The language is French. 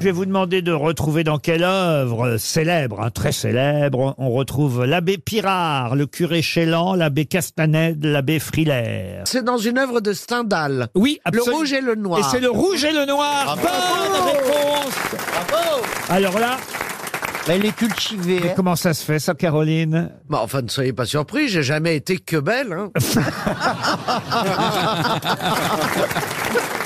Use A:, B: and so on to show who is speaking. A: Je vais vous demander de retrouver dans quelle œuvre célèbre, hein, très célèbre, on retrouve l'abbé Pirard, le curé Chélan, l'abbé Castanède, l'abbé Frilair.
B: C'est dans une œuvre de Stendhal.
A: Oui, absolument.
B: Le rouge et le noir.
A: Et c'est le rouge et le noir. Bonne réponse. Alors là,
C: Elle est cultivée. hein.
A: mais comment ça se fait, ça, Caroline
B: Bah, enfin, ne soyez pas surpris, j'ai jamais été que belle. hein.